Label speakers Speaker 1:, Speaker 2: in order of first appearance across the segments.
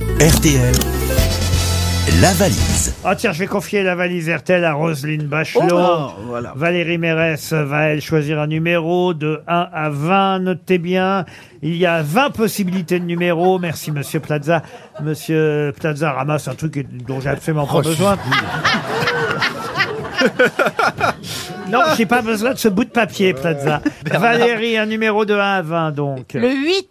Speaker 1: RTL, la valise.
Speaker 2: Ah tiens, je vais confier la valise RTL à Roselyne Bachelot. Valérie Mérès va, elle, choisir un numéro de 1 à 20. Notez bien, il y a 20 possibilités de numéros. Merci, Monsieur Plaza. Monsieur Plaza ramasse un truc dont j'ai absolument pas besoin. Non, j'ai pas besoin de ce bout de papier, Plaza. Valérie, un numéro de 1 à 20, donc.
Speaker 3: Le 8.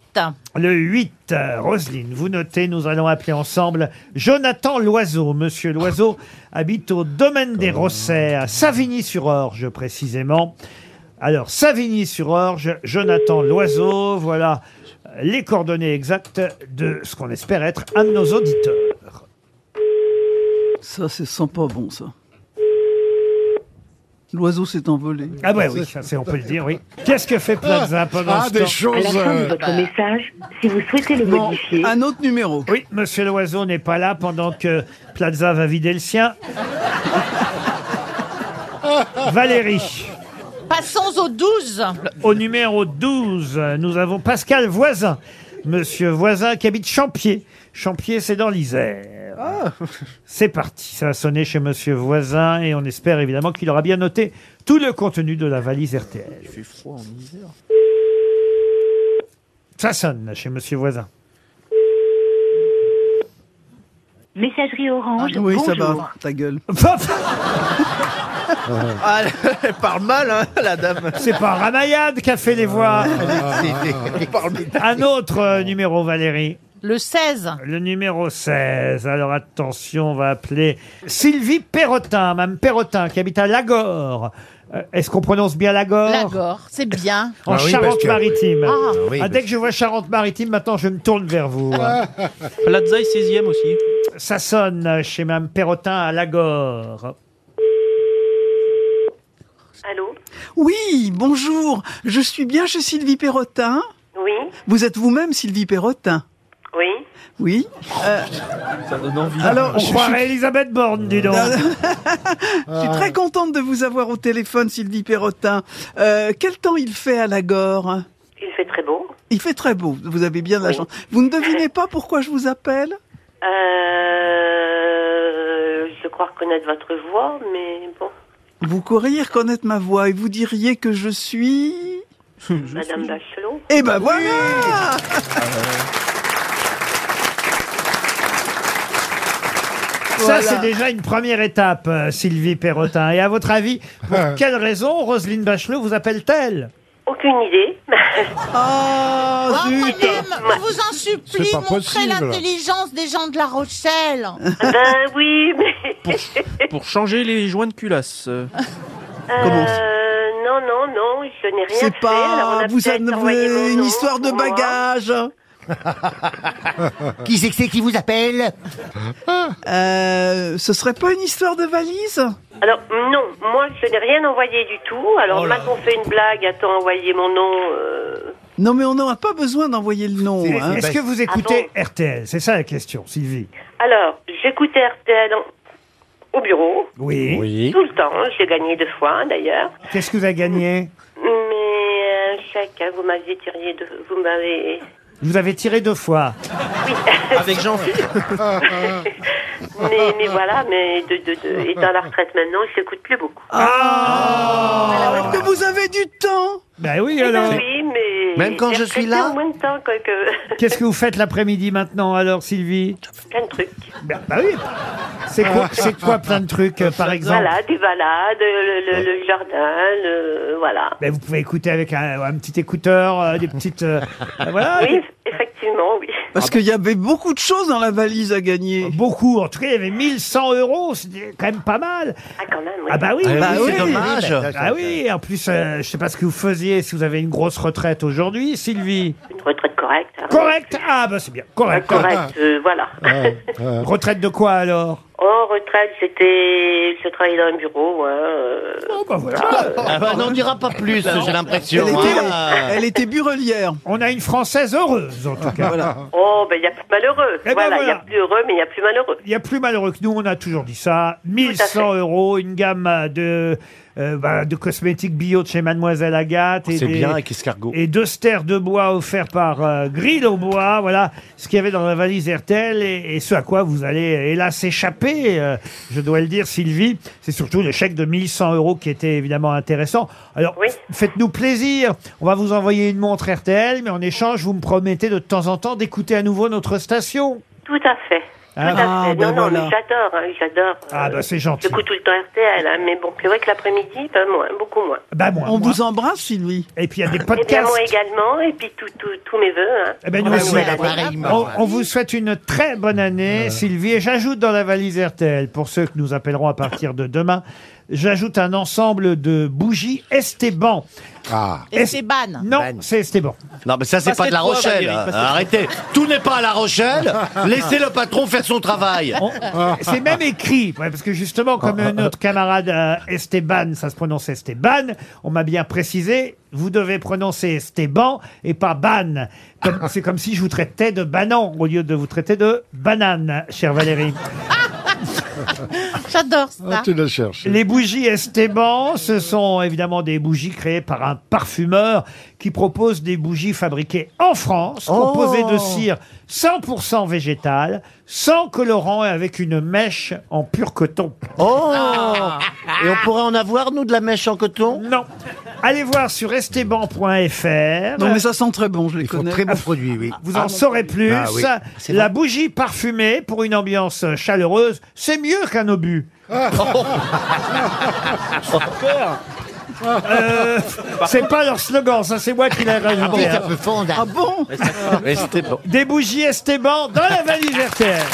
Speaker 2: Le 8, euh, Roselyne, vous notez, nous allons appeler ensemble Jonathan Loiseau. Monsieur Loiseau habite au domaine des Rossets, à Savigny-sur-Orge précisément. Alors, Savigny-sur-Orge, Jonathan Loiseau, voilà les coordonnées exactes de ce qu'on espère être un de nos auditeurs.
Speaker 4: Ça, c'est sent pas bon, ça. L'oiseau s'est envolé.
Speaker 2: Ah ouais, oui, ça, c'est- on peut le dire, oui. Qu'est-ce que fait Plaza pendant
Speaker 5: Ah,
Speaker 2: ce
Speaker 5: des
Speaker 2: temps
Speaker 6: À la
Speaker 5: choses.
Speaker 6: fin de
Speaker 5: euh,
Speaker 4: Bah.
Speaker 6: votre message, si vous souhaitez le
Speaker 4: Non,
Speaker 6: modifier,
Speaker 4: un autre numéro.
Speaker 2: Oui, Monsieur Loiseau n'est pas là pendant que Plaza va vider le sien. Valérie,
Speaker 3: Passons au 12.
Speaker 2: au numéro 12, nous avons Pascal Voisin. Monsieur Voisin qui habite Champier. Champier, c'est dans l'Isère. C'est parti, ça a sonné chez Monsieur Voisin et on espère évidemment qu'il aura bien noté tout le contenu de la valise RTL. Il fait froid en Isère. Ça sonne chez Monsieur Voisin.
Speaker 6: messagerie orange,
Speaker 4: oui,
Speaker 6: bonjour.
Speaker 4: ça va, ta gueule.
Speaker 7: Ah, elle parle mal, hein, la dame.
Speaker 2: C'est pas Ramayad qui a fait les voix. Un autre euh, numéro, Valérie.
Speaker 3: Le 16.
Speaker 2: Le numéro 16. Alors attention, on va appeler Sylvie Perrotin, Mme Perrotin, qui habite à Lagore. Euh, Est-ce qu'on prononce bien Lagore
Speaker 3: L'agor. C'est bien.
Speaker 2: En
Speaker 5: Ah oui, parce
Speaker 2: Charente-Maritime.
Speaker 3: Ah.
Speaker 5: oui,
Speaker 2: Ah, dès que je vois Charente-Maritime, maintenant je me tourne vers vous. hein.
Speaker 7: Plaza est 16 e aussi.
Speaker 2: Ça sonne euh, chez Mme Perrotin à Lagore.
Speaker 6: Allô
Speaker 4: Oui, bonjour. Je suis bien chez Sylvie Perrotin.
Speaker 6: Oui
Speaker 4: Vous êtes vous-même Sylvie Perrotin.
Speaker 6: Oui
Speaker 4: Oui.
Speaker 7: Ça donne envie.
Speaker 8: Ah,
Speaker 4: Alors,
Speaker 2: On
Speaker 4: Ah, je, je suis,
Speaker 2: croirait Elisabeth Borne, dis donc.
Speaker 4: je suis très contente de vous avoir au téléphone, Sylvie Perrotin. Euh, quel temps il fait à Lagore
Speaker 6: Il fait très beau.
Speaker 4: Il fait très beau. Vous avez bien
Speaker 7: Oh.
Speaker 4: de la chance. Vous ne devinez pas pourquoi je vous appelle
Speaker 6: Euh, je crois reconnaître votre voix, mais bon,
Speaker 4: Vous pourriez reconnaître ma voix et vous diriez que je suis.
Speaker 6: Madame Bachelot.
Speaker 4: Eh ben voilà
Speaker 2: Ça,
Speaker 4: Voilà.
Speaker 2: c'est déjà une première étape, euh, Sylvie Perrotin. Et à votre avis, pour quelle raison Roselyne Bachelot vous appelle-t-elle
Speaker 6: Aucune idée.
Speaker 4: Ah,
Speaker 3: Oh,
Speaker 4: zut
Speaker 3: madame, je vous en supplie,
Speaker 5: C'est pas
Speaker 3: montrez
Speaker 5: possible. Ah,
Speaker 3: l'intelligence des gens de la Rochelle.
Speaker 6: ben oui, mais...
Speaker 7: Pour changer les joints de culasse. euh,
Speaker 4: Comment
Speaker 6: Euh, non, non, non, je n'ai rien fait.
Speaker 4: C'est
Speaker 6: alors on
Speaker 4: pas.
Speaker 6: a
Speaker 4: Vous
Speaker 6: peut-être
Speaker 4: avez
Speaker 6: envoyé mon
Speaker 4: une
Speaker 6: nom
Speaker 4: histoire de
Speaker 6: pour moi.
Speaker 4: bagage
Speaker 8: Qui c'est que c'est qui vous appelle
Speaker 4: Euh, ce serait pas une histoire de valise
Speaker 6: Alors, non, moi, je n'ai rien envoyé du tout. Alors,
Speaker 4: Oh
Speaker 6: maintenant, on fait une blague. Attends, envoyez mon nom. euh,
Speaker 4: Non, mais on n'aura pas besoin d'envoyer le nom.
Speaker 2: Est-
Speaker 4: hein.
Speaker 2: Est-ce que vous écoutez RTL C'est ça la question, Sylvie.
Speaker 6: Alors, j'écoutais RTL en- au bureau,
Speaker 2: Oui.
Speaker 6: tout le temps. hein, J'ai gagné deux fois, d'ailleurs.
Speaker 2: Qu'est-ce que vous avez gagné
Speaker 6: Mais euh, chacun, vous m'aviez tiré de... Vous m'avez...
Speaker 2: Je vous avez tiré deux fois.
Speaker 7: Avec jean
Speaker 6: Mais, mais voilà, mais de, de, de... Et dans la retraite, maintenant, je n'écoute plus beaucoup.
Speaker 2: Ah,
Speaker 4: Alors que Ah, vous avez du temps
Speaker 2: Ben oui,
Speaker 6: Eh ben
Speaker 2: alors.
Speaker 6: oui, mais...
Speaker 8: Même quand
Speaker 6: j'ai
Speaker 8: je suis
Speaker 6: regretté
Speaker 8: là
Speaker 6: en moins de temps que... que-
Speaker 2: Qu'est-ce que vous faites l'après-midi maintenant, alors, Sylvie
Speaker 6: Plein de trucs.
Speaker 2: ben, ben oui. C'est quoi, c'est quoi plein de trucs, euh, par exemple
Speaker 6: Voilà, des balades, le, le- le jardin, le, voilà.
Speaker 2: ben, Vous pouvez écouter avec un, un petit écouteur, euh, des petites. euh, euh, voilà.
Speaker 6: Oui, effectivement, oui.
Speaker 7: Ah
Speaker 4: Parce qu'il y avait beaucoup de choses dans la valise à gagner.
Speaker 2: Beaucoup. En tout cas, il y avait 1100 euros. C'était quand même pas mal.
Speaker 6: Ah, quand même, oui.
Speaker 2: Ah bah oui,
Speaker 4: bah oui,
Speaker 8: c'est
Speaker 4: oui,
Speaker 8: dommage.
Speaker 2: Ah oui, en plus, euh, je sais pas ce que vous faisiez si vous avez une grosse retraite aujourd'hui, Sylvie.
Speaker 6: Une retraite correcte. hein.
Speaker 2: Correct Ah bah c'est bien,
Speaker 6: Ah,
Speaker 2: correct.
Speaker 6: correcte, euh, voilà.
Speaker 2: Retraite de quoi alors
Speaker 6: En retraite, c'était... Je travaillais dans un bureau, hein, euh,
Speaker 2: Oh bah voilà.
Speaker 8: Ah bah, on n'en dira pas plus, j'ai l'impression.
Speaker 4: Elle
Speaker 7: Ah.
Speaker 4: était,
Speaker 8: hein.
Speaker 4: elle était burelière.
Speaker 2: On a une Française heureuse en tout cas.
Speaker 4: Voilà.
Speaker 6: Oh, ben il y a plus malheureux.
Speaker 2: Eh ben,
Speaker 6: voilà, il y a
Speaker 2: voilà.
Speaker 6: plus heureux, mais il y a plus malheureux.
Speaker 2: Il y a plus malheureux que nous, on a toujours dit ça. 1100
Speaker 6: fait.
Speaker 2: euros, une gamme de, euh, bah, de cosmétiques bio de chez Mademoiselle Agathe. et des-
Speaker 7: avec escargot.
Speaker 2: Et deux stères de bois offerts par euh, Greenwich mille au bois, voilà ce qu'il y avait dans la valise RTL et, et ce à quoi vous allez hélas échapper, euh, je dois le dire Sylvie, c'est surtout le chèque de 1100 euros qui était évidemment intéressant. Alors
Speaker 6: Oui.
Speaker 2: faites-nous plaisir, on va vous envoyer une montre RTL, mais en échange vous me promettez de temps en temps d'écouter à nouveau notre station.
Speaker 6: Tout à fait.
Speaker 2: Ah,
Speaker 6: Tout à
Speaker 4: ah,
Speaker 6: fait.
Speaker 4: bah
Speaker 6: non, non,
Speaker 4: voilà.
Speaker 6: mais j'adore, hein, j'adore.
Speaker 2: Ah, bah, c'est gentil.
Speaker 6: J'écoute tout le temps RTL, hein, mais bon, c'est vrai que l'après-midi, pas moins, beaucoup moins.
Speaker 2: Bah moi,
Speaker 4: On
Speaker 2: moi.
Speaker 4: vous embrasse, Sylvie.
Speaker 2: et puis il y a des
Speaker 6: Et bien
Speaker 2: podcasts.
Speaker 6: moi également, et puis tous tout, tous mes voeux. Hein.
Speaker 2: Eh ben, nous
Speaker 8: Ah,
Speaker 2: aussi.
Speaker 8: ouais, là, pareillement.
Speaker 2: On, on vous souhaite une très bonne année, Sylvie. Et j'ajoute dans la valise RTL, pour ceux que nous appellerons à partir de demain, j'ajoute un ensemble de bougies Esteban.
Speaker 8: Ah.
Speaker 3: Et c'est ban.
Speaker 2: Non,
Speaker 8: Ban.
Speaker 2: c'est Esteban.
Speaker 8: Non, mais ça, c'est pas de la
Speaker 7: Passez-toi,
Speaker 8: Rochelle.
Speaker 7: Valérie,
Speaker 8: hein. Arrêtez. Tout n'est pas à la Rochelle. Laissez le patron faire son travail.
Speaker 2: On- C'est même écrit, ouais, parce que justement, comme euh, notre camarade euh, Esteban, ça se prononce Esteban, on m'a bien précisé, vous devez prononcer Esteban et pas Ban. Comme- C'est comme si je vous traitais de Banan au lieu de vous traiter de Banane, chère Valérie.
Speaker 3: J'adore ça.
Speaker 5: Ah, tu le cherches.
Speaker 2: Les bougies Esteban, ce sont évidemment des bougies créées par un parfumeur qui propose des bougies fabriquées en France, composées de cire 100% végétale, sans colorant et avec une mèche en pur coton.
Speaker 8: Oh
Speaker 4: Ah.
Speaker 8: Et on pourrait en avoir, nous, de la mèche en coton
Speaker 2: Non. Allez voir sur esteban.fr.
Speaker 4: Non, mais ça sent très bon, je les
Speaker 5: Ils font
Speaker 4: connais.
Speaker 5: très bons produits, oui.
Speaker 2: Vous en saurez plus.
Speaker 5: Ah oui.
Speaker 2: La bougie parfumée pour une ambiance chaleureuse, c'est mieux qu'un obus. Euh, c'est pas leur slogan, ça c'est moi qui l'ai rajouté. hein.
Speaker 8: peut fondre.
Speaker 4: Ah bon
Speaker 8: Mais c'était bon.
Speaker 2: Des bougies Esteban dans la valise RTL.